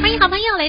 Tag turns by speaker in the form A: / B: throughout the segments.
A: 欢迎好朋友来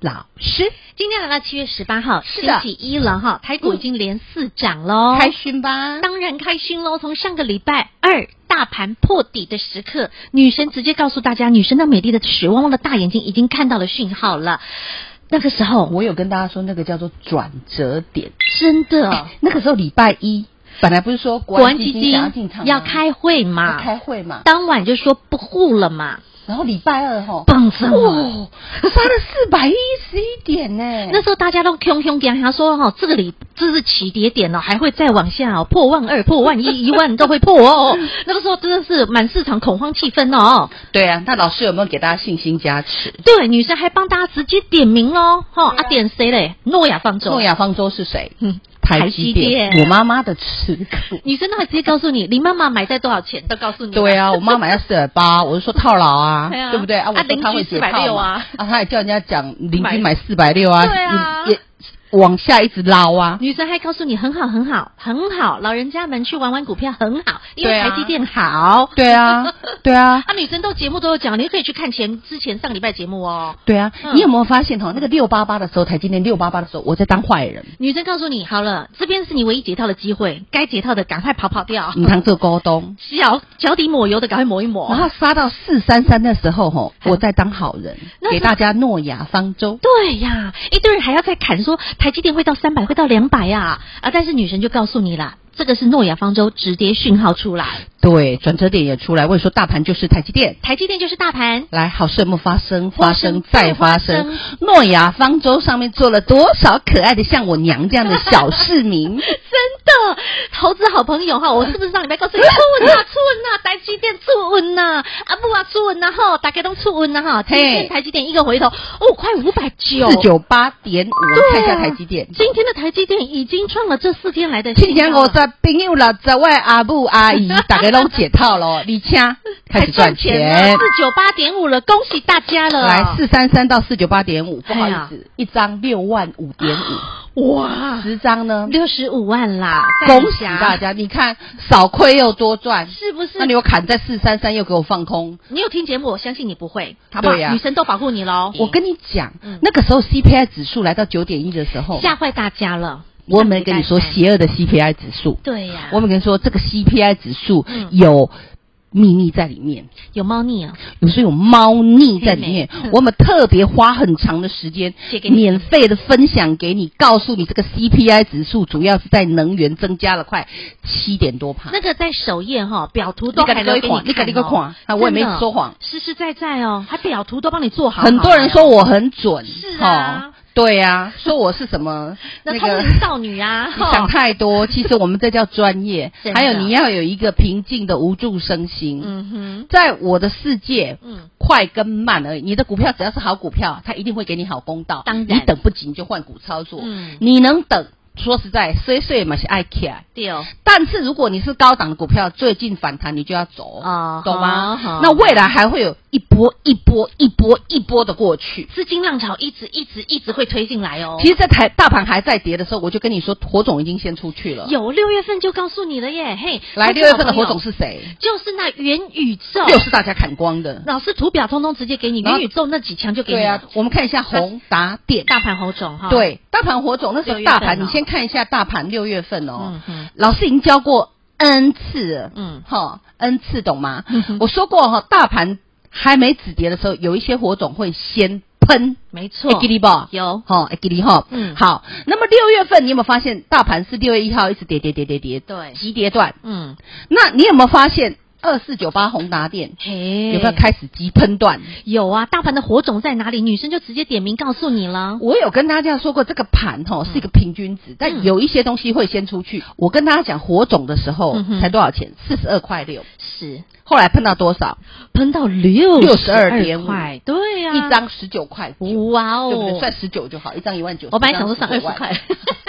B: 老师，
A: 今天来到七月十八号，
B: 是
A: 星
B: 的
A: 期一了哈，台股已经连四涨喽，
B: 开心吧？
A: 当然开心喽！从上个礼拜二大盘破底的时刻，女神直接告诉大家，女神那美丽的水汪汪的大眼睛已经看到了讯号了。那个时候，
B: 我有跟大家说那个叫做转折点，哎
A: 真 的
B: 那个时候礼拜一本来不是说国
A: 国
B: 安
A: 安
B: 基
A: 基
B: 金想要进场
A: 金
B: 吗
A: 要开会
B: 要
A: 嘛，
B: 开会嘛，
A: 当晚就说不护了嘛，
B: 然后礼拜二吼，
A: 棒子嘛。
B: 哦，杀了四百一十一点呢，
A: 那时候大家都汹汹点，他说哦，这个里这是起跌点哦，还会再往下哦，破万二、破万一、一 万都会破哦。
B: 嗯
A: 那个时候真的是满市场恐慌气氛哦。
B: 对啊，那老师有没有给大家信心加持？
A: 对，女生还帮大家直接点名喽，哈、啊点谁嘞？诺亚方舟。
B: 诺亚方舟是谁？
A: 嗯，
B: 台
A: 台积
B: 积电
A: 电，
B: 我妈妈的持股。
A: 女生都会直接告诉你，林妈妈买在多少钱，都告诉你。
B: 对啊，我妈买到四百八，我就说套牢啊，
A: 对啊
B: 对不对啊？我
A: 啊
B: 说她会
A: 邻居
B: 解套
A: 460
B: 嘛
A: 啊
B: 啊，她也叫人家讲邻
A: 买
B: 居买四百六啊，
A: 对啊
B: 也也往下一直捞啊，
A: 女生还告诉你很好很好很好，老人家们去玩玩股票很好，因为
B: 对啊
A: 台积电好。
B: 对啊，对啊，
A: 啊，女生都节目都有讲，你可以去看前之前上礼拜节目哦。
B: 对啊，
A: 嗯
B: 你有没有发现哈？那个六八八的时候，台积电六八八的时候，我在当坏人，
A: 女生告诉你，好了，这边是你唯一解套的机会，该解套的赶快跑跑掉，
B: 你当做高东。
A: 脚脚底抹油的赶快抹一抹。
B: 然后杀到四三三的时候，吼，
A: 嗯
B: 我在当好人，
A: 那
B: 给
A: 是
B: 大家诺亚方舟。
A: 对呀，一堆人还要再砍说台积电会到三百，会到两百呀啊！但是女神就告诉你啦，这个是诺亚方舟直跌讯号出来，
B: 对，转折点也出来。我也说，大盘就是台积电。
A: 台积电就是大盘。
B: 来，好事有没有发生？发生
A: 发生
B: 再
A: 再发
B: 发生。诺亚方舟上面坐了多少可爱的像我娘这样的小市 民？
A: 真的，投资好朋友哈，我是不是上礼拜告诉你啊出文呐、出文呐、啊台积电出文呐、啊不啊出文呐、哈，大家都出文呐、哈，今
B: 嘿
A: 天台积电一个回头，哦，快五百九，
B: 四九八点五，我看一下台积电。
A: 今天的台积电已经创了这四天来的
B: 今
A: 新
B: 天
A: 高
B: 我
A: 了
B: 在朋友老在外阿母 阿姨大家都解套喽，你掐开始赚钱
A: 四。九八点五了，恭喜大家了！
B: 来四三三到四九八点五，不好
A: 哎
B: 意
A: 呀
B: 思，一张六万五点五，
A: 哇，
B: 十张呢？
A: 六十五万啦，
B: 恭喜大！家！你看少亏又多赚，
A: 是不是？
B: 那你又砍在四三三，又给我放空，
A: 你有听节目，我相信你不会，好不好？
B: 对呀
A: 女生都保护你喽。
B: 我跟你讲
A: 哦嗯，
B: 那个时候 CPI 指数来到九点一的时候，
A: 吓坏大家了。
B: 我有没有跟你说邪恶的 CPI 指数？
A: 对呀、
B: 我有没有跟你说这个 CPI 指数
A: 嗯
B: 有秘密在里面，
A: 有猫腻啊，
B: 有时候有猫腻在里面
A: 嘿妹。
B: 我们特别花很长的时间
A: 写嗯给，你
B: 免费的分享给你，告诉你这个 CPI 指数主要是在能源增加了快七点多帕。
A: 那个在首页哈、表图都还留给
B: 你给你个
A: 看哦
B: 款，啊，我也没
A: 真的
B: 说谎。
A: 实实在在哦，他表图都帮你做好好了
B: 很
A: 哟。
B: 多人说我很准，
A: 是啊
B: 齁，对呀、说我是什么
A: 那
B: 那
A: 通
B: 个。
A: 灵少女 啊，
B: 你
A: 哈
B: 想太多，其实我们这叫专业
A: 真。的
B: 还有你要有一个平静的无助身心。
A: 嗯哼，
B: 在我的世界，
A: 嗯，
B: 快跟慢而已。你的股票只要是好股票，它一定会给你好公道。
A: 当然
B: 你等不及你就换股操作。
A: 嗯
B: 你能等，说实在，岁岁嘛是爱看。
A: 对哦，
B: 但是如果你是高档的股票，最近反弹你就要走，
A: 哦
B: 懂吗
A: 好好？
B: 那未来还会有一波一波一波一波的过去。
A: 资金浪潮一直一直一直会推进来哦。
B: 其实，在台大盘还在跌的时候，我就跟你说，火种已经先出去了。
A: 有六月份就告诉你了耶，嘿，
B: 来，
A: 投资
B: 六月份的
A: 好朋
B: 火
A: 友
B: 种是谁？
A: 就是那元宇宙，
B: 又是大家砍光的。
A: 老师图表通通直接给你，
B: 然后
A: 元宇宙那几枪就给你
B: 对
A: 了。
B: 啊，我们看一下宏达电。
A: 大盘猴种哈，，
B: 对，大盘火种那时候
A: 啊六月份
B: 大
A: 哦
B: 盘，你先看一下大盘六月份
A: 嗯
B: 哦。
A: 哼，
B: 老师已经教过 n 次了，
A: 嗯
B: 哈，n 次懂吗
A: 嗯哼？
B: 我说过哈，大盘还没止跌的时候，有一些火种会先喷，
A: 没错
B: 会，哎给你吧？
A: 有
B: 哈，会给你哈。
A: 嗯
B: 好，那么六月份你有没有发现大盘是六月一号一直跌跌跌跌跌，
A: 对
B: 急跌段？
A: 嗯，
B: 那你有没有发现二四九八宏达店
A: 嘿，
B: 有没有？开始急喷段？
A: 有啊，大盘的火种在哪里？女生就直接点名告诉你了。
B: 我有跟大家说过，这个盘
A: 嗯
B: 哈是一个平均值，但有一些东西会先出去。我跟大家讲火种的时候
A: 嗯哼
B: 才多少钱？四十二块六，
A: 是
B: 后来碰到多少？
A: 喷到六
B: 62.5
A: 块，对呀、
B: 一张十九块九，
A: 哇哦，
B: 对不对？算十九就好，一张一万九。
A: 我本来想说上二
B: 一
A: 十
B: 张19万
A: 块，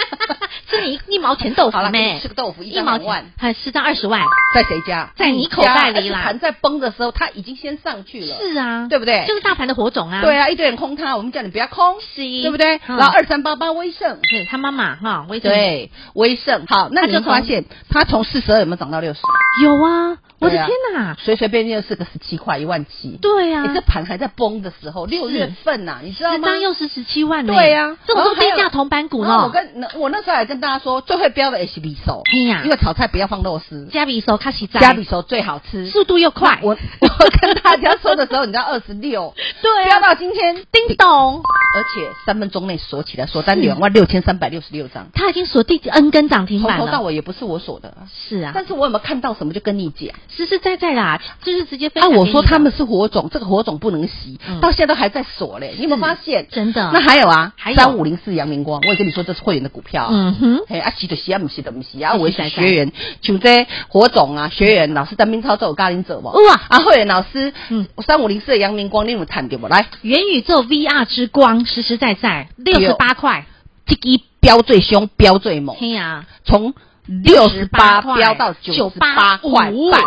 A: 吃你一一毛钱豆腐
B: 好了，给
A: 妹
B: 你吃，个豆腐，一
A: 一
B: 张
A: 毛
B: 两万
A: 钱，还十张二十万，
B: 在谁家？
A: 在你口袋里啦
B: 而且盘在崩的时候，它已经先上去了，
A: 是啊，
B: 对不对
A: 就是大盘的火种啊，
B: 对，啊，一堆人空它，我们叫你不要空，
A: 是，
B: 对不对？
A: 嗯
B: 然后二三八八威盛，
A: 是他妈妈哈，我也觉得
B: 对，威盛，好，那
A: 它
B: 你就
A: 就从
B: 发现它从四十二有没有涨到六十？
A: 有啊，我的
B: 对啊
A: 天哪，
B: 随随便便就是个十七块，一万七。
A: 对啊
B: 诶，这盘还在崩的时候，六月份呐、你知道
A: 十
B: 吗？
A: 张又是十七万呢，
B: 对呀、
A: 这种都是
B: 然
A: 低
B: 后还有
A: 价同板股
B: 然后我
A: 哦，
B: 跟那我那时候还跟大家说，最会标的也是米手，
A: 嘿呀
B: 因为炒菜不要放肉丝，
A: 加比手卡西在，
B: 加米手最好吃。
A: 速度又快，
B: 我 我跟大家说的时候，你知道二十六，
A: 对
B: 飙
A: 啊，
B: 到今天，
A: 叮咚，
B: 而且三分钟内锁起来，锁单两万六千三百六十六张，
A: 他已经锁定 N 根涨停
B: 从
A: 板
B: 头到
A: 了，
B: 尾也不是我锁的，
A: 是啊，
B: 但是我有没有看到什么就跟你讲。
A: 实实在在啦，就是直接分
B: 啊，
A: 享给你
B: 我
A: 的
B: 说他们是火种，这个火种不能洗
A: 嗯，
B: 到现在都还在锁嘞，你有没有发现？
A: 真的
B: 那还有啊
A: 还，有
B: 三五零四阳明光，我也跟你说这是会员的股票啊。
A: 嗯哼，
B: 嘿，啊，洗就洗啊，不洗就不洗啊！
A: 这是
B: 我也是
A: 在
B: 学员，像这火种啊，学员老师单兵操作有教您做不？
A: 哇
B: 啊，会员老师，
A: 嗯
B: 嗯，三五零四的阳明光，你有谈对不？来，
A: 元宇宙 VR 之光实实在在六十八块，
B: 这个飙最凶，飙最猛，
A: 天呀、
B: 从哎六十八飙到九十八块半，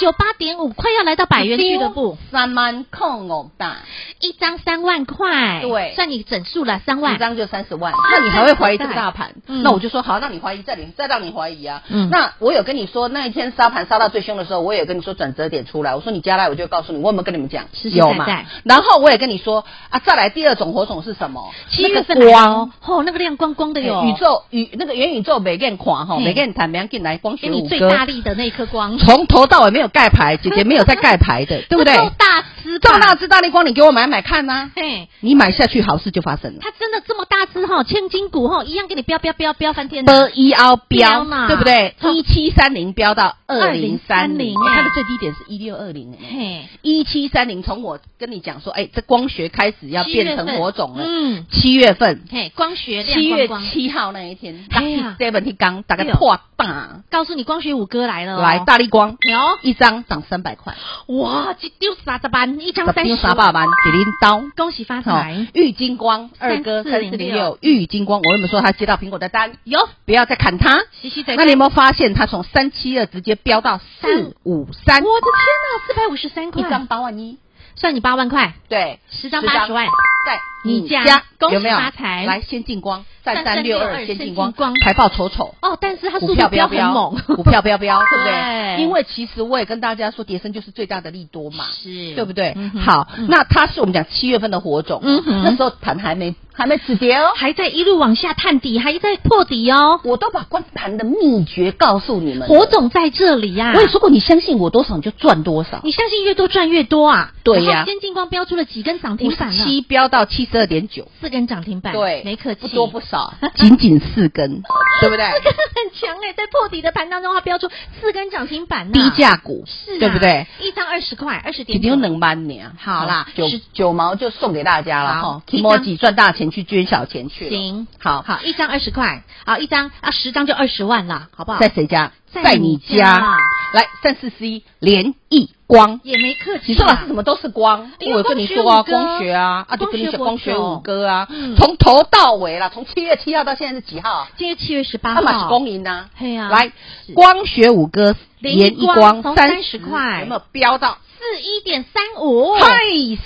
A: 九八点五，快要来到百元俱乐部，
B: 三万控五大，
A: 一张三万块，
B: 对
A: 算你整数了三
B: 一
A: 万，哦
B: 张就三十万，那你还会怀疑这个大盘？
A: 嗯
B: 那我就说好，让你怀疑，再你再让你怀疑啊。
A: 嗯
B: 那我有跟你说，那一天杀盘杀到最凶的时候，我也跟你说转折点出来，我说你加来，我就告诉你，我有没有跟你们讲？
A: 实实在在
B: 有嘛？然后我也跟你说啊，再来第二种火种是什么？
A: 七月份
B: 那个
A: 来了
B: 光哎
A: 哦。，哦，那个亮光光的哟，
B: 宇宙宇那个元宇宙每个人看哈，
A: 嘿
B: 每个人谈，每个人进来光
A: 给
B: 学
A: 你
B: 五
A: 最
B: 哥，
A: 大力的那一颗光，
B: 从头到尾没有盖牌，姐姐没有在盖牌的，对不对？
A: 够大只吧，
B: 照那只大力光，你给我买买看呐、啊
A: 嘿，
B: 你买下去，好事就发生了。
A: 它真的这么大只哈，千金股哈，一样给你飙飙飙飙翻天
B: 波
A: 的，
B: 一凹标
A: 标嘛
B: E 对不对？
A: 哦
B: 一七三零标到二零三
A: 2030
B: 零，
A: 哎
B: 它的最低点是一六二零。
A: 嘿，
B: 一七三零，从我跟你讲说，哎，这光学开始要
A: 七月
B: 变成
A: 份
B: 火种了。
A: 嗯，
B: 七月份，
A: 嘿，光学
B: 七
A: 亮
B: 月
A: 光光。
B: 七号那一天
A: 哎呀
B: ，seven 天刚大概
A: 对哦
B: 破大，
A: 告诉你，光学五哥来了、哦，
B: 来大力光
A: 有
B: 一张涨三百块，
A: 哇，一丢三十万，一张
B: 十哦
A: 三十
B: 张三百万，给零刀。
A: 恭喜发
B: 好
A: 财！，
B: 玉金光二哥三四零
A: 3406
B: 六，玉金光，我有没有说他接到苹果的单？
A: 有，
B: 不要再砍它。
A: 嘻嘻在。
B: 那你有没有发现，它从三七二直接飙到四五三？
A: 我的天哪、四百五十三
B: 一张
A: 块，
B: 八万一，
A: 算你八万块，
B: 对，
A: 十张
B: 十张
A: 八十万，
B: 在
A: 你家恭喜
B: 有没有
A: 发财
B: 来，先进光，
A: 三
B: 三
A: 三
B: 三
A: 六
B: 六
A: 二
B: 二，
A: 先
B: 先
A: 进
B: 进
A: 光
B: 光，财报丑丑。
A: 哦，但是它速度
B: 股票
A: 飙
B: 飙
A: 很
B: 飙，
A: 猛，
B: 股票飙飙，对不
A: 对
B: 对？因为其实我也跟大家说，跌升就是最大的利多嘛，
A: 是
B: 对不对
A: 嗯？哼
B: 好
A: 嗯，
B: 那它是我们讲七月份的火种
A: 嗯哼，
B: 那时候盘还没还没止跌哦。
A: 还在一路往下探底，还在破底哦，
B: 我都把关盘的秘诀告诉你们了，
A: 火种啊在这里呀、
B: 我也说过，你相信我多少你就赚多少。
A: 你相信越多赚越多啊！
B: 对呀
A: 然后先进光标出了几根涨
B: 五
A: 停
B: 十
A: 板了，
B: 七飙到七十二点九，
A: 四根涨停板，
B: 对，
A: 没客气，
B: 不多不少，仅仅四根， 对不对？
A: 这个很强哎、在破底的盘当中，它标出四根涨停板呢、
B: 低价股
A: 啊是、啊，
B: 对不对？？
A: 一张二十块，二十
B: 只
A: 点
B: 有
A: 九。
B: 能搬你啊！
A: 好啦
B: 九
A: 十
B: 九毛就送给大家了
A: 好
B: 哈，
A: 一张
B: 提莫几赚大钱去捐小钱去了。
A: 行，
B: 好，
A: 好，一张二十块，啊，一张啊，十张就二十万啦，好不好？
B: 在谁家？
A: 在
B: 你
A: 你家
B: 家。来，三四十一联益光，
A: 也没客气
B: 你
A: 啊。
B: 说老师怎么都是光？
A: 因为
B: 我有跟你说啊，
A: 光学五哥
B: 光学啊，啊，就跟你讲
A: 光
B: 光
A: 学
B: 学
A: 五
B: 五哥啊
A: 嗯，
B: 从头到尾啦，从七月七号到现在是几号啊？
A: 今天七月十八
B: 他们是
A: 号，
B: 公银呐，
A: 嘿啊
B: 来
A: 是
B: 光学五哥
A: 联
B: 联
A: 益
B: 益
A: 光从
B: 光30
A: 30块
B: 有没有飙到？
A: 四一点三五，
B: 嗨，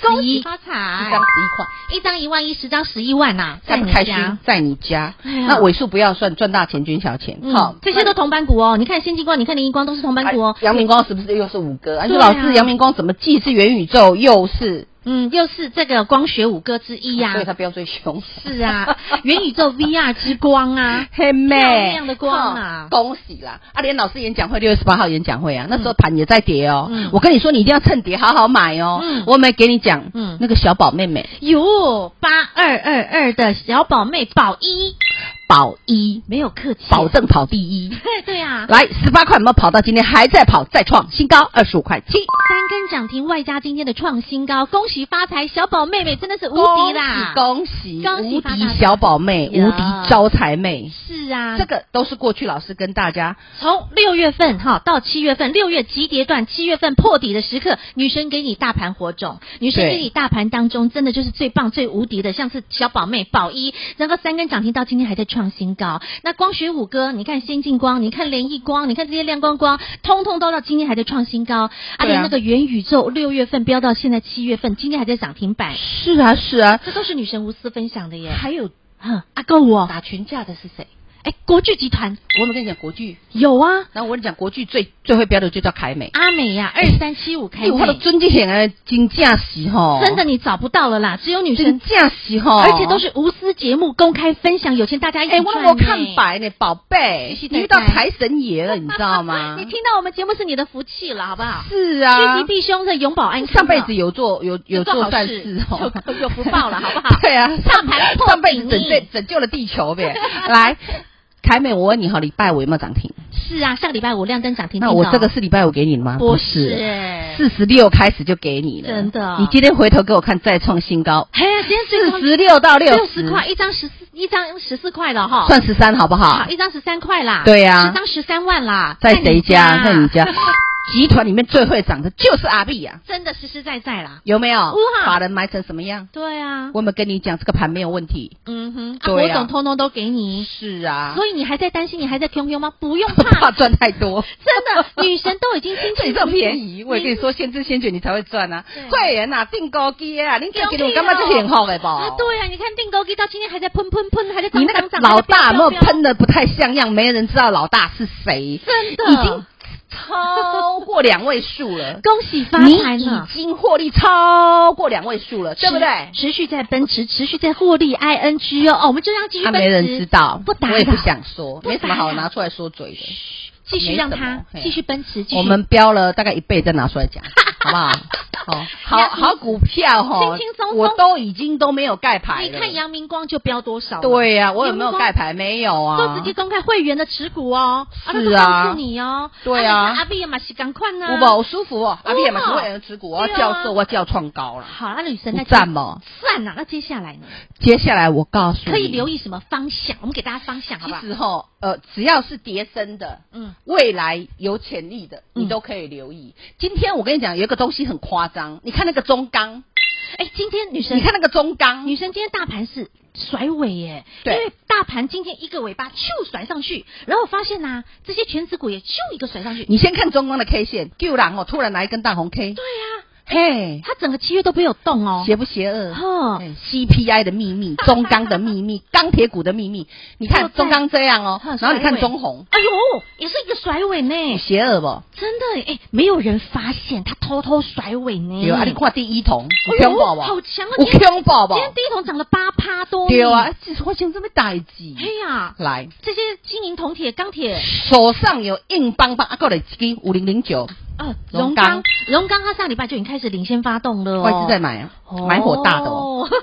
A: 恭喜
B: 一
A: 发
B: 一
A: 财
B: 张！十一块。
A: 一张一万一，十张十一万呐，
B: 开
A: 在
B: 不
A: 你
B: 开心
A: 家。
B: 在你家，
A: 哎呀
B: 那尾数不要算，赚大钱捐小钱。好
A: 嗯，，这些都同板股哦。你看先进光，你看林一光都是同板股哦。
B: 哎阳明光是不是又是五哥？啊，
A: 对
B: 就
A: 啊
B: 老师阳明光怎么既是元宇宙又是，啊
A: 嗯，又是这个光学五哥之一呀
B: 所以。他标最凶。
A: 是啊，元宇宙 VR 之光啊， 漂
B: 嘿妹，
A: 亮的光啊
B: 好恭喜啦！阿莲老师演讲会六月十八号演讲会啊，那时候盘也在跌哦。
A: 嗯
B: 我跟你说，你一定要趁跌好好买哦。
A: 嗯
B: 我没给你讲，
A: 嗯
B: 那个小宝妹妹
A: 哟，八二二二的小宝妹宝一，
B: 保一，
A: 没有客气，
B: 保证跑第一。
A: 对对啊，
B: 来，十八块有没有跑到今天还在跑，再创新高二十五块七。
A: 三根涨停外加今天的创新高，恭喜发财，小宝妹妹真的是无敌啦！
B: 恭喜
A: 恭喜
B: 无
A: 发大
B: 敌
A: 财哎
B: 小宝妹，
A: 呀
B: 无敌招财妹，
A: 是啊，
B: 这个都是过去老师跟大家
A: 从六月份哈到七月份，六月急跌段，七月份破底的时刻，女神给你大盘火种，女神
B: 对
A: 给你大盘当中真的就是最棒、最无敌的，像是小宝妹宝一，然后三根涨停到今天还在创新高。那光学五哥，你看先进光，你看联益光，你看这些亮光光，通通都到今天还在创新高。而
B: 对
A: 且
B: 啊
A: 那个元宇宙六月份飙到现在七月份，今天还在涨停板，
B: 是啊是啊，
A: 这都是女神无私分享的耶。
B: 还有
A: 哼，阿够我，
B: 打群架的是谁？
A: 哎，国巨集团
B: 我们跟你讲国剧，
A: 有啊，
B: 那我跟你讲国剧最最会标的就叫凯美，
A: 阿美呀、二三七五开
B: 哎，我
A: 美。
B: 的尊敬显然金价席吼，
A: 真的你找不到了啦，只有女
B: 金
A: 神，
B: 价席吼，
A: 而且都是无私节目公开分享，有钱大家一起
B: 哎，我
A: 赚
B: 我
A: 呢
B: 看。白呢，宝贝，
A: 实实在
B: 你遇到财神爷了，你知道吗
A: 你？听到我们节目是你的福气了，好不好？
B: 是
A: 趋
B: 啊
A: 吉，避凶的永保安康啊
B: 上辈子有做有有
A: 有做
B: 做
A: 好
B: 善
A: 事
B: 事哦，
A: 有有福报了好不好
B: 对啊，
A: 上盘破
B: 上辈子
A: 顶
B: 拯救拯救了地球呗。 来，凯美，我问你哈，礼拜五有没有涨停？
A: 是啊，上个礼拜五亮灯涨停，
B: 那我
A: 听
B: 这
A: 到
B: 个是礼拜五给你的吗？
A: 不是，
B: 四十六开始就给你了，
A: 真的
B: 你今天回头给我看再创新高，
A: 哎呀，今天最高
B: 四十六到六
A: 六十块，，一张十四，一张十四块了哈，
B: 算十三好不好
A: 好，？一张十三块啦，
B: 对呀
A: 一张十三万啦，
B: 在谁家？在
A: 在
B: 你家。集团里面最会涨的就是阿碧呀、
A: 真的实实在在啦，
B: 有没有
A: 哇？
B: 把人买成什么样？
A: 对啊，
B: 我们跟你讲，这个盘没有问题。
A: 嗯哼，啊，
B: 对
A: 我
B: 啊
A: 总通通都给你，
B: 是啊，
A: 所以你还在担心，你还在穷游吗？不用 怕，
B: 怕赚太多。
A: 真的，女神都已经心
B: 这
A: 情
B: 你 这么便宜，我也跟你说，先知先觉你才会赚啊！会员呐，订高机啊，你这给我干嘛就很好的
A: 啊
B: 吧？，
A: 对啊，你看订购机到今天还在喷喷喷，还在涨
B: 你那
A: 涨
B: 个
A: 涨，
B: 老大
A: 还
B: 有
A: 在
B: 没有
A: 飙飙飙
B: 喷的不太像样，没人知道老大是谁，
A: 真的。
B: 已经超过两位数了
A: 恭喜发
B: 你
A: 财
B: 已
A: 呢，
B: 经获利超过两位数了，对不对？
A: 持持续在奔驰，持续在获利 ing 哦，哦我们就让继续
B: 他
A: 奔驰，
B: 没人知道，
A: 不打扰
B: 我也不想说，
A: 不打扰
B: 没什么好拿出来说嘴的。
A: 继续让
B: 没什
A: 他
B: 么嘿
A: 继续奔驰，继续
B: 我们标了大概一倍，再拿出来 讲，好不好？好，好好股票哈，
A: 轻轻松松
B: 我都已经都没有盖牌
A: 你
B: 了。
A: 看阳明光就标多少了，
B: 对呀、我有没有
A: 阳明光
B: 盖牌？没有啊。
A: 都直接公开会员的持股哦，
B: 是
A: 都
B: 啊
A: 告诉你哦，
B: 对啊
A: 啊，你看阿碧也嘛是赶快呢，
B: 有无舒服哦，阿
A: 有
B: 碧也蛮会人持股，哦我
A: 对
B: 要
A: 啊
B: 教授，我叫创高了，
A: 好，那女神那
B: 你赞吗？
A: 赞啊！那接下来呢？
B: 接下来我告诉你，
A: 可以留意什么方向？我们给大家方向好不好
B: 其？实哈，呃，只要是叠升的，
A: 嗯，
B: 未来有潜力的，
A: 嗯
B: 你都可以留意。今天我跟你讲，有一个东西很夸张，你看那个中钢，
A: 哎，今天女
B: 你
A: 神，
B: 看那个中钢，
A: 女神今天大盘是甩尾耶，因
B: 对
A: 为大盘今天一个尾巴咻甩上去，然后我发现呐、这些全指股也咻一个甩上去。
B: 你先看中钢的 K 线，救人哦，突然来一根大红 K，
A: 对呀、
B: 嘿，
A: 它整个七月都没有动哦。
B: 邪不邪恶？
A: 哦
B: 嘿 CPI 的 秘密，中钢的秘密，钢铁股的秘密。你
A: 又
B: 看
A: 在
B: 中钢这样哦
A: 哼，
B: 然后你
A: 甩
B: 看
A: 尾
B: 中红，嗯
A: 哎呦，也是一个甩尾呢，
B: 邪恶不？
A: 真的哎，没有人发现它偷偷甩尾呢。
B: 对啊，啊你看第一桶，
A: 嗯哎
B: 有
A: 呦
B: 恐怖不？
A: 好强啊
B: 有
A: 今天
B: 恐怖
A: 今
B: 不？
A: 天第一桶涨了八趴多。
B: 对啊，，这是发生什么代志？
A: 哎呀，
B: 来，
A: 这些金银铜铁钢铁
B: 手上有硬邦邦，啊，过来一支五零零九，
A: 哦，
B: 荣
A: 荣
B: 钢
A: 钢，荣钢，它上礼拜就已经开始领先发动了哦，
B: 我也是在买啊，买火大的 哦。
A: 哦。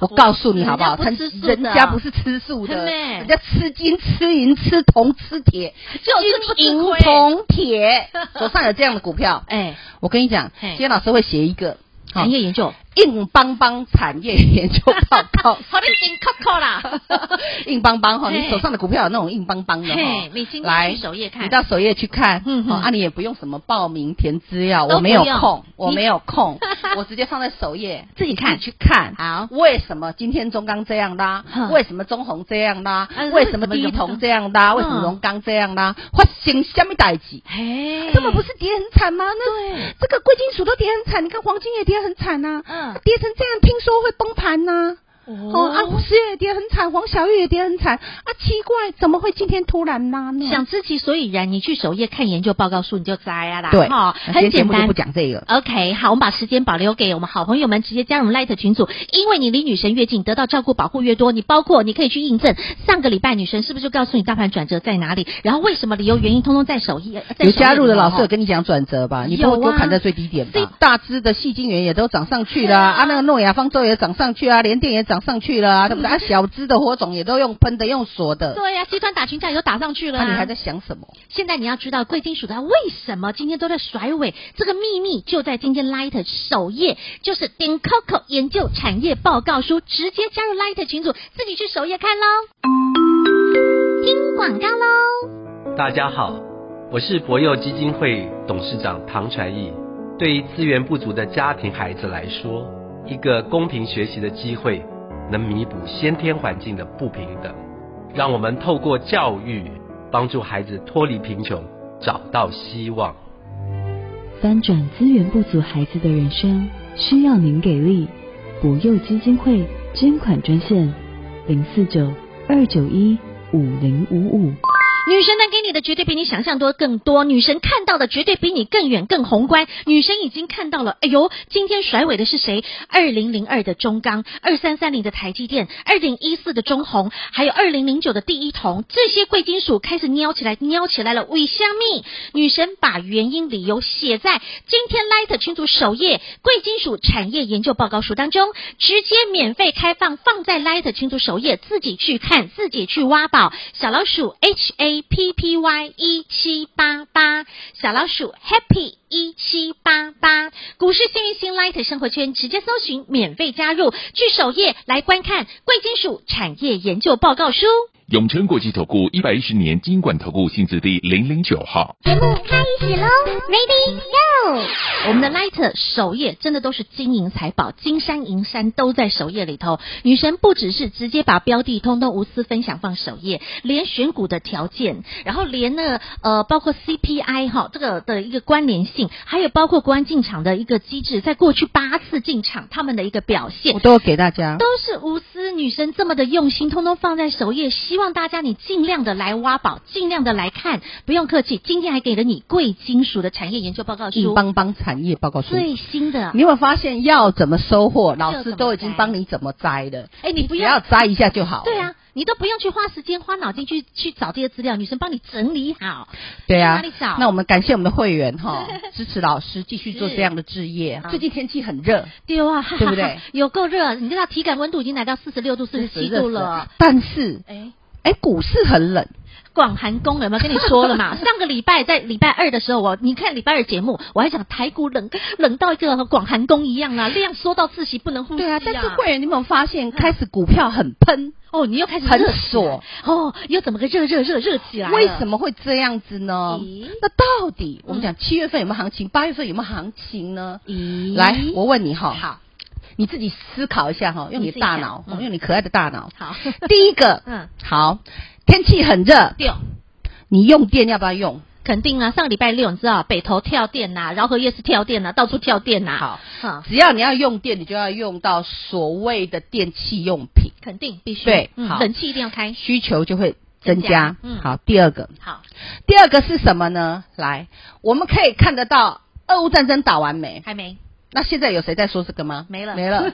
B: 我告诉你好不好？
A: 人家不
B: 他
A: 吃素的
B: 人家不是吃素的，
A: 真的耶
B: 人家吃金、吃银、吃铜、吃铁，
A: 就是不吃
B: 金银
A: 亏
B: 铜铁。 手上有这样的股票，
A: 哎，
B: 我跟你讲，
A: 嘿哎
B: 今天老师会写一个好
A: 产业研究，。
B: 硬邦邦产业研究报告
A: 好，你紧扣扣啦
B: 硬邦邦哈，
A: 嘿
B: 你手上的股票有那种硬邦邦的
A: 嘿
B: 哈，
A: 你今天
B: 来
A: 去首页看
B: 你到首页去看，
A: 嗯哼
B: 哦啊，你也不用什么报名填资料，
A: 都
B: 我
A: 不
B: 没
A: 用
B: 有空，我
A: 你
B: 没有空， 我直接放在首页，
A: 自己看
B: 你去看。
A: 好，
B: 为什么今天中钢这样啦
A: 哼？
B: 为什么中红这样啦
A: 啊？
B: 为什么第一铜这样啦？
A: 为
B: 为
A: 什
B: 什
A: 么嗯
B: 么荣钢这样啦？发生什么代志？
A: 哎，
B: 根本不是跌很惨吗？那
A: 对
B: 这个贵金属都跌很惨，你看黄金也跌很惨呐、
A: 嗯
B: 跌成这样，听说会崩盘呐、哦啊，
A: 哦，
B: 石也跌很惨，黄小玉也跌很惨啊！奇怪，怎么会今天突然拉呢？
A: 啊想知其所以然，你去首页看研究报告书你就知啊啦，
B: 对，
A: 哈，
B: 那
A: 很
B: 今天节
A: 简
B: 目就
A: 单
B: 不。讲这个。
A: OK，好，我们把时间保留给我们好朋友们，直接加入我们 Light 群组，因为你离女神越近，得到照顾保护越多。你包括你可以去印证，上个礼拜女神是不是就告诉你大盘转折在哪里，然后为什么理由原因通通在首页。在
B: 有
A: 首页
B: 加入的
A: 里头
B: 老师
A: 哦
B: 有跟你讲转折吧？你不
A: 有
B: 会给我
A: 啊
B: 砍在最低点吧？
A: 这
B: 大只的细晶元也都涨上去
A: 对
B: 啦，
A: 啊
B: 啊，那个诺亚方舟也涨上去啊，联电也涨涨上去
A: 嗯
B: 了啊，对不对？啊，小资的火种也都用喷的，用锁的，
A: 对呀、集团打群架有打上去了、
B: 那
A: 啊，
B: 你还在想什么？
A: 现在你要知道贵金属它为什么今天都在甩尾，这个秘密就在今天 Light 首页，就是点 Coco 研究产业报告书，直接加入 Light 群组，自己去首页看喽。听广告喽，
C: 大家好，我是博幼基金会董事长唐传义。对于资源不足的家庭孩子来说，一个公平学习的机会，能弥补先天环境的不平等。让我们透过教育，帮助孩子脱离贫穷，找到希望。
D: 翻转资源不足孩子的人生，需要您给力。博幼基金会捐款专线：零四九二九一五零五五。
A: 女神能给你的绝对比你想象多更多，女神看到的绝对比你更远更宏观。女神已经看到了，哎呦，今天甩尾的是谁？二零零二的中钢，二三三零的台积电，二零一四的中红，还有二零零九的第一铜，这些贵金属开始撩起来，撩起来了。为虾米？女神把原因理由写在今天 Light 群组首页贵金属产业研究报告书当中，直接免费开放，放在 Light 群组首页，自己去看，自己去挖宝。小老鼠 H A P P Y 一七八八，小老鼠 Happy 一七八八，股市幸运星 Light 生活圈直接搜寻，免费加入，去首页来观看贵金属产业研究报告书。
E: 永诚国际投顾一百一十年金管投顾新字第零零九号。
A: 节目开始喽，Ready Go！我们的 Light 首页真的都是金银财宝，金山银山都在首页里头。女神不只是直接把标的通通无私分享放首页，连选股的条件，然后连呢呃包括 CPI 哈这个的一个关联性，还有包括国安进场的一个机制，在过去八次进场他们的一个表现
B: 我，都有给大家。
A: 都是无私女神这么的用心，通通放在首页。希望大家你尽量的来挖宝，尽量的来看，不用客气。今天还给了你贵金属的产业研究报告
B: 硬
A: 书，
B: 邦邦产业报告书，
A: 最新的
B: 嗯你。有没有发现要怎么收获，老师都
A: 要怎么
B: 已经
A: 摘
B: 帮你怎么摘了，
A: 哎，你不
B: 只要
A: 要，
B: 摘一下就好。
A: 对，啊，你都不用去花时间、花脑筋去去找这些资料，女神帮你整理好。
B: 对
A: 去
B: 啊
A: 哪里找？
B: 那我们感谢我们的会员 哈，支持老师继续做
A: 是
B: 这样的置业
A: 啊。
B: 最近天气很热，
A: 对啊，哈哈哈
B: 对不对？
A: 有够热，你知道体感温度已经来到四十六度、四十七度了。，
B: 但是
A: 哎，
B: 哎，股市很冷，
A: 广寒宫有没有跟你说了 嘛？上个礼拜在礼拜二的时候，我你看礼拜二节目，我还讲台股冷冷到一个广寒宫一样啊，量缩到窒息不能呼吸、
B: 对啊。但是会员，你有没有发现
A: 嗯
B: 开始股票很喷？
A: 哦，你又开始
B: 很
A: 热起来
B: 锁
A: 哦，又怎么个热热热热起 来？
B: 为什？么会这样子呢
A: 咦？嗯
B: 那到底我们讲七月份有没有行情？八月份有没有行情呢？
A: 咦，
B: 来，我问你哈，
A: 好，
B: 你自己思考一下哈，用
A: 你
B: 你
A: 自己
B: 大
A: 想
B: 脑，
A: 嗯
B: 用你可爱的大脑。
A: 好，
B: 第一个，
A: 嗯，
B: 好，天气很热，
A: 六。
B: 你用电要不要用？
A: 肯定啊，上个礼拜六你知道北投跳电呐、饶河夜市跳电呐、啊到处跳电呐、
B: 好
A: 好，
B: 只要你要用电，你就要用到所谓的电器用品，
A: 肯定必须
B: 对
A: 嗯
B: 好
A: 冷气一定要开。
B: 需求就会
A: 增
B: 增
A: 加
B: 加。
A: 嗯
B: 好，第二个，
A: 好，
B: 第二个是什么呢？来，我们可以看得到俄乌战争打完没？
A: 还没
B: 那现在有谁在说这个吗？
A: 没了
B: 没了，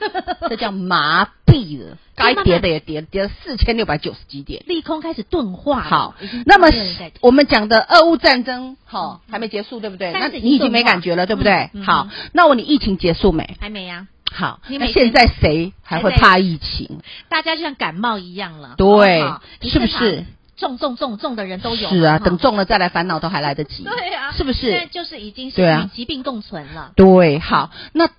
B: 这叫麻痹了。该跌的也跌，跌了四千六百九十几点。
A: 利空开始钝化了，
B: 好
A: 已经，
B: 那么
A: 没有人在嗯
B: 我们讲的俄乌战争，哈，还没结束，对不对？
A: 但
B: 那
A: 是已经
B: 你已经没
A: 钝化
B: 感觉了，对不对
A: 嗯嗯？
B: 好，那我问你疫情结束没？
A: 还没啊呀、
B: 好，
A: 你
B: 那
A: 每
B: 现
A: 天
B: 在谁还会
A: 还在
B: 怕疫情？
A: 大家就像感冒一样了，
B: 对
A: 好好你
B: 是不
A: 正
B: 是
A: 常重重重重的人啊都有，
B: 是啊，
A: 哈
B: 等中了再来烦恼都还来得及。
A: 对啊，
B: 是不是
A: 现在就是已经是
B: 对啊
A: 与疾病共存了，
B: 对，好，那通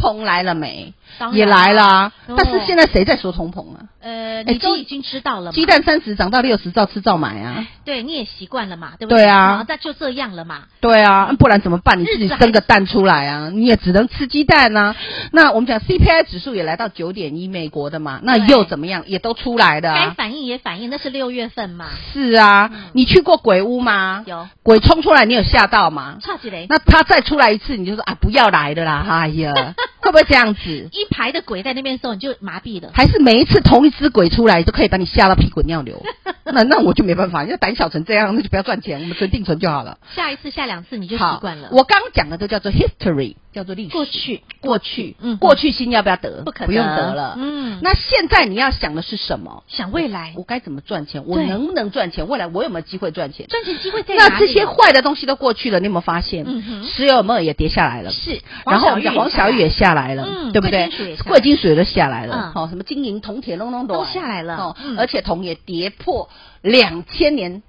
B: 膨来了没？
A: 当然嗯
B: 也来了啊，
A: 对
B: 但是现在谁在说通膨啊？
A: 呃，
B: 哎
A: 你都
B: 鸡
A: 已经知道了嘛，哎
B: 鸡蛋三十涨到六十，照吃照买啊。
A: 对，你也习惯了嘛，对不对？哦
B: 对啊
A: 好那就这样了嘛，
B: 对啊，不然怎么办？你自己
A: 日子还
B: 生个蛋出来啊，你也只能吃鸡蛋啊。那我们讲 CPI 指数也来到九点一，美国的嘛，那
A: 对
B: 又怎么样？也都出来的
A: 该
B: 啊。
A: 反应也反应，那是六月份嘛，
B: 是啊，你去过鬼屋吗？
A: 有
B: 鬼冲出来，你有吓到吗？
A: 差几雷，
B: 那他再出来一次，你就说啊，不要 来的啦，哎呀，会不会这样子？
A: 一排的鬼在那边的时候，你就麻痹了。
B: 还是每一次同一只鬼出来就可以把你吓到屁滚尿流？那那我就没办法，人家胆小成这样，那就不要赚钱，我们存定存就好了。
A: 下一次下两次你就习
B: 好
A: 惯了。，
B: 我刚刚讲的都叫做 history，叫做历史。
A: 过去，
B: 过去，
A: 嗯
B: 过去心要不要得？
A: 不可
B: 不用得了。
A: 嗯，那
B: 那现在你要想的是什么？
A: 想未来
B: 我该怎么赚钱？我
A: 对
B: 能不能赚钱？未来我有没有机会赚钱？
A: 赚钱机会在哪里？
B: 那这些坏的东西都过去了，你有没有发现？
A: 嗯哼
B: 石油有没有也跌下来了？
A: 是，
B: 然后我们
A: 小
B: 的黄小雨也下来了，
A: 嗯
B: 对不
A: 贵
B: 对
A: 金属也下？来
B: 贵金属也都下来了哦
A: 嗯，
B: 好、什么金银铜铁隆隆
A: 都下来了
B: 哦
A: 嗯，
B: 而且铜也跌破两千年，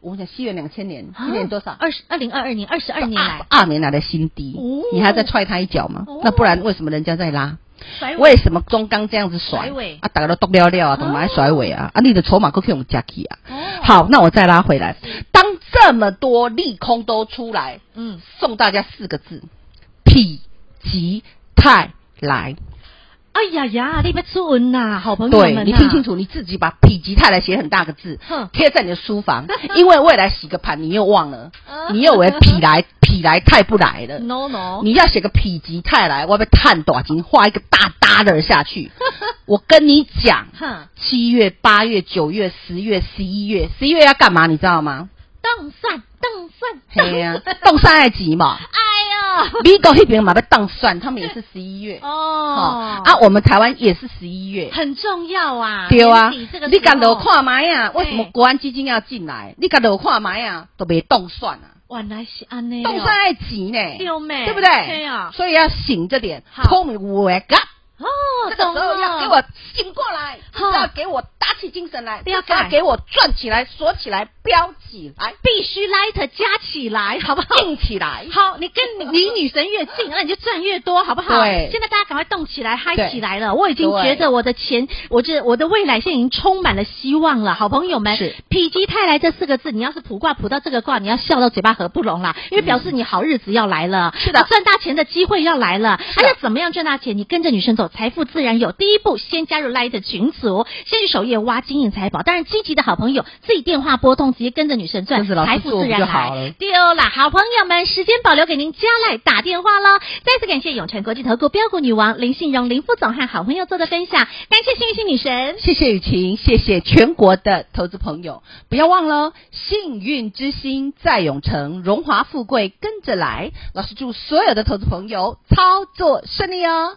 B: 我想西元两千年，今年多少？
A: 啊
B: 啊
A: 二十二零二二年，二十二年来
B: 二年来的新低
A: 哦，
B: 你还在踹他一脚吗
A: 哦？
B: 那不然为什么人家在拉？
A: 甩尾
B: 为什么中钢这样子甩
A: 甩尾？
B: 啊，大家都动了了啊，懂吗？甩尾啊，啊，你的筹码够去用加起啊。
A: 哦，
B: 好，那我再拉回来，当这么多利空都出来，
A: 嗯，
B: 送大家四个字：否极泰来。
A: 哎呀呀，你别出文呐，好朋友们、
B: 对
A: 呐，
B: 你听清，楚，你自己把否极泰来写很大个字
A: 哼，
B: 贴在你的书房， 因为未来洗个盘你又忘了，
A: 啊
B: 你又为否来否来泰不来 了。
A: ，no no，
B: 你要写个否极泰来，我要被探短金，画一个大搭的 下去。我跟你讲，
A: 哼，
B: 七月、八月、九月、十月、十一月，十一月要干嘛？你知 道吗？
A: 当算当算，
B: 嘿呀、动算爱急 嘛，
A: 哎呀，
B: 美国那边嘛被动算，他们也是十一 月。
A: 哦
B: 哦啊，，我们台湾也是十一月。
A: 很重要啊，
B: 对啊，
A: 年底这个
B: 你敢
A: 时候
B: 落看埋啊？
A: 对
B: 为什么国安基金要进来？你敢落看埋啊？都没动算啊，
A: 原来是安内、哦，
B: 动算爱急呢，
A: 六妹，
B: 对不对？
A: 对啊，
B: 所以要醒着点
A: 好
B: ，Call me wake up。
A: 哦，
B: 这个时
A: 懂
B: 候
A: 了
B: 要给我醒过来，
A: 哦
B: 就是要给我打起精神来，
A: 不
B: 就
A: 要
B: 是要
A: 改
B: 给我转起来、锁起来、飙起来、
A: 必须 light 加起来，好不好？
B: 硬起来。
A: 好，你跟离女神越近，那你就赚越多，好不好？
B: 对
A: 现在大家赶快动起来，嗨
B: 对
A: 起来了！我已经
B: 对
A: 觉得我的钱，我这我的未来现在已经充满了希望了。好朋友们，
B: 是
A: 否极泰来这四个字，你要是卜卦卜到这个卦，你要笑到嘴巴合不拢啦，因为表示你好日子要来了，啊
B: 是的
A: 赚大钱的机会要来了。
B: 的
A: 还要怎么样赚大钱？你跟着女生走，财富自然有。第一步，先加入 Light 群组，先去首页挖金银财宝。当然，积极的好朋友自己电话拨通，直接跟着女生赚
B: 跟着，老师
A: 财富
B: 做
A: 自
B: 不
A: 然
B: 就
A: 来
B: 好了。
A: 丢啦！好朋友们，时间保留给您加来打电话喽。再次感谢永诚国际投顾标股女王林信荣林副总和好朋友做的分享，感谢幸运星女神。
B: 谢谢雨晴，谢谢全国的投资朋友，不要忘了哦，幸运之星在永城，荣华富贵跟着来。老师祝所有的投资朋友操作顺利哦。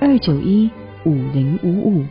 D: 二九一五零五五。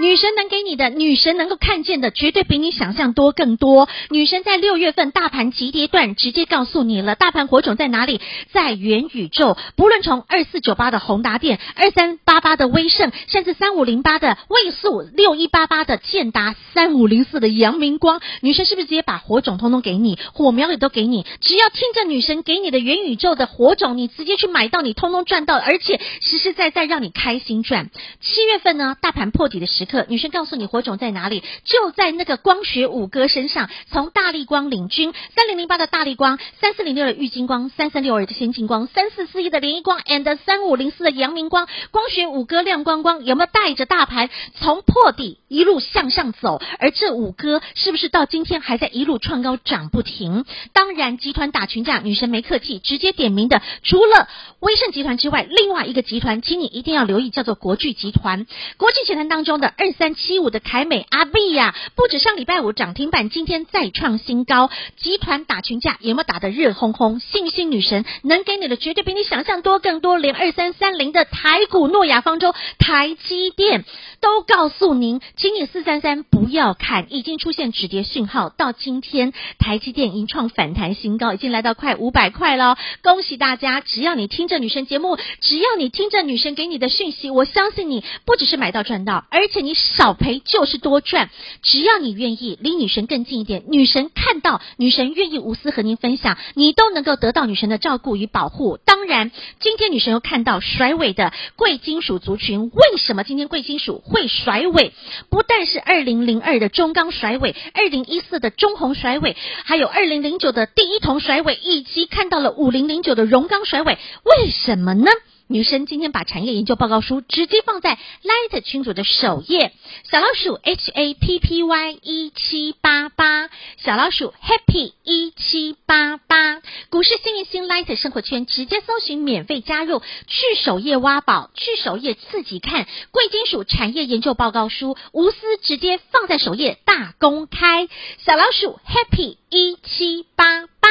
A: 女神能给你的，女神能够看见的，绝对比你想象多更多。女神在六月份大盘急跌段直接告诉你了，大盘火种在哪里？在元宇宙。不论从二四九八的宏达电、二三八八的威盛，甚至三五零八的位数、六一八八的建达、三五零四的阳明光，女神是不是直接把火种通通给你，火苗也都给你？只要听着女神给你的元宇宙的火种，你直接去买到，你通通赚到，而且实实在在让你开心赚。七月份呢，大盘破底的时刻，女生告诉你火种在哪里，就在那个光学五哥身上。从大力光领军，三零零八的大力光，三四零六的玉金光，三三六二的先进光，三四四一的联益光，and 三五零四的阳明光，光学五哥亮光光有没有带着大盘从破底一路向上走？而这五哥是不是到今天还在一路创高涨不停？当然，集团打群架，女神没客气，直接点名的，除了威盛集团之外，另外一个集团，请你一定要留意，叫做国巨集团。国际集团当中的二三七五的凯美阿碧呀、不止上礼拜五涨停板，今天再创新高。集团打群架有没有打得热烘烘？信心女神能给你的绝对比你想象多更多，连二三三零的台股诺亚方舟、台积电都告诉您，请你四三三不要砍，已经出现止跌讯号，到今天台积电已经创反弹新高，已经来到快五百块喽。恭喜大家！只要你听着女神节目，只要你听着女神给你的讯息，我相信你不只是买到赚到，而且你。你少赔就是多赚，只要你愿意，离女神更近一点，女神看到，女神愿意无私和您分享，你都能够得到女神的照顾与保护。当然，今天女神又看到甩尾的贵金属族群，为什么今天贵金属会甩尾？不但是二零零二的中钢甩尾，二零一四的中红甩尾，还有二零零九的第一铜甩尾，以及看到了五零零九的荣钢甩尾，为什么呢？女生今天把产业研究报告书直接放在 Light 群组的首页，小老鼠 H A P P Y 一七八八，小老鼠 Happy 一七八八，股市幸运星 Light 生活圈直接搜寻免费加入，去首页挖宝，去首页自己看贵金属产业研究报告书，无私直接放在首页大公开，小老鼠 Happy 一七八八。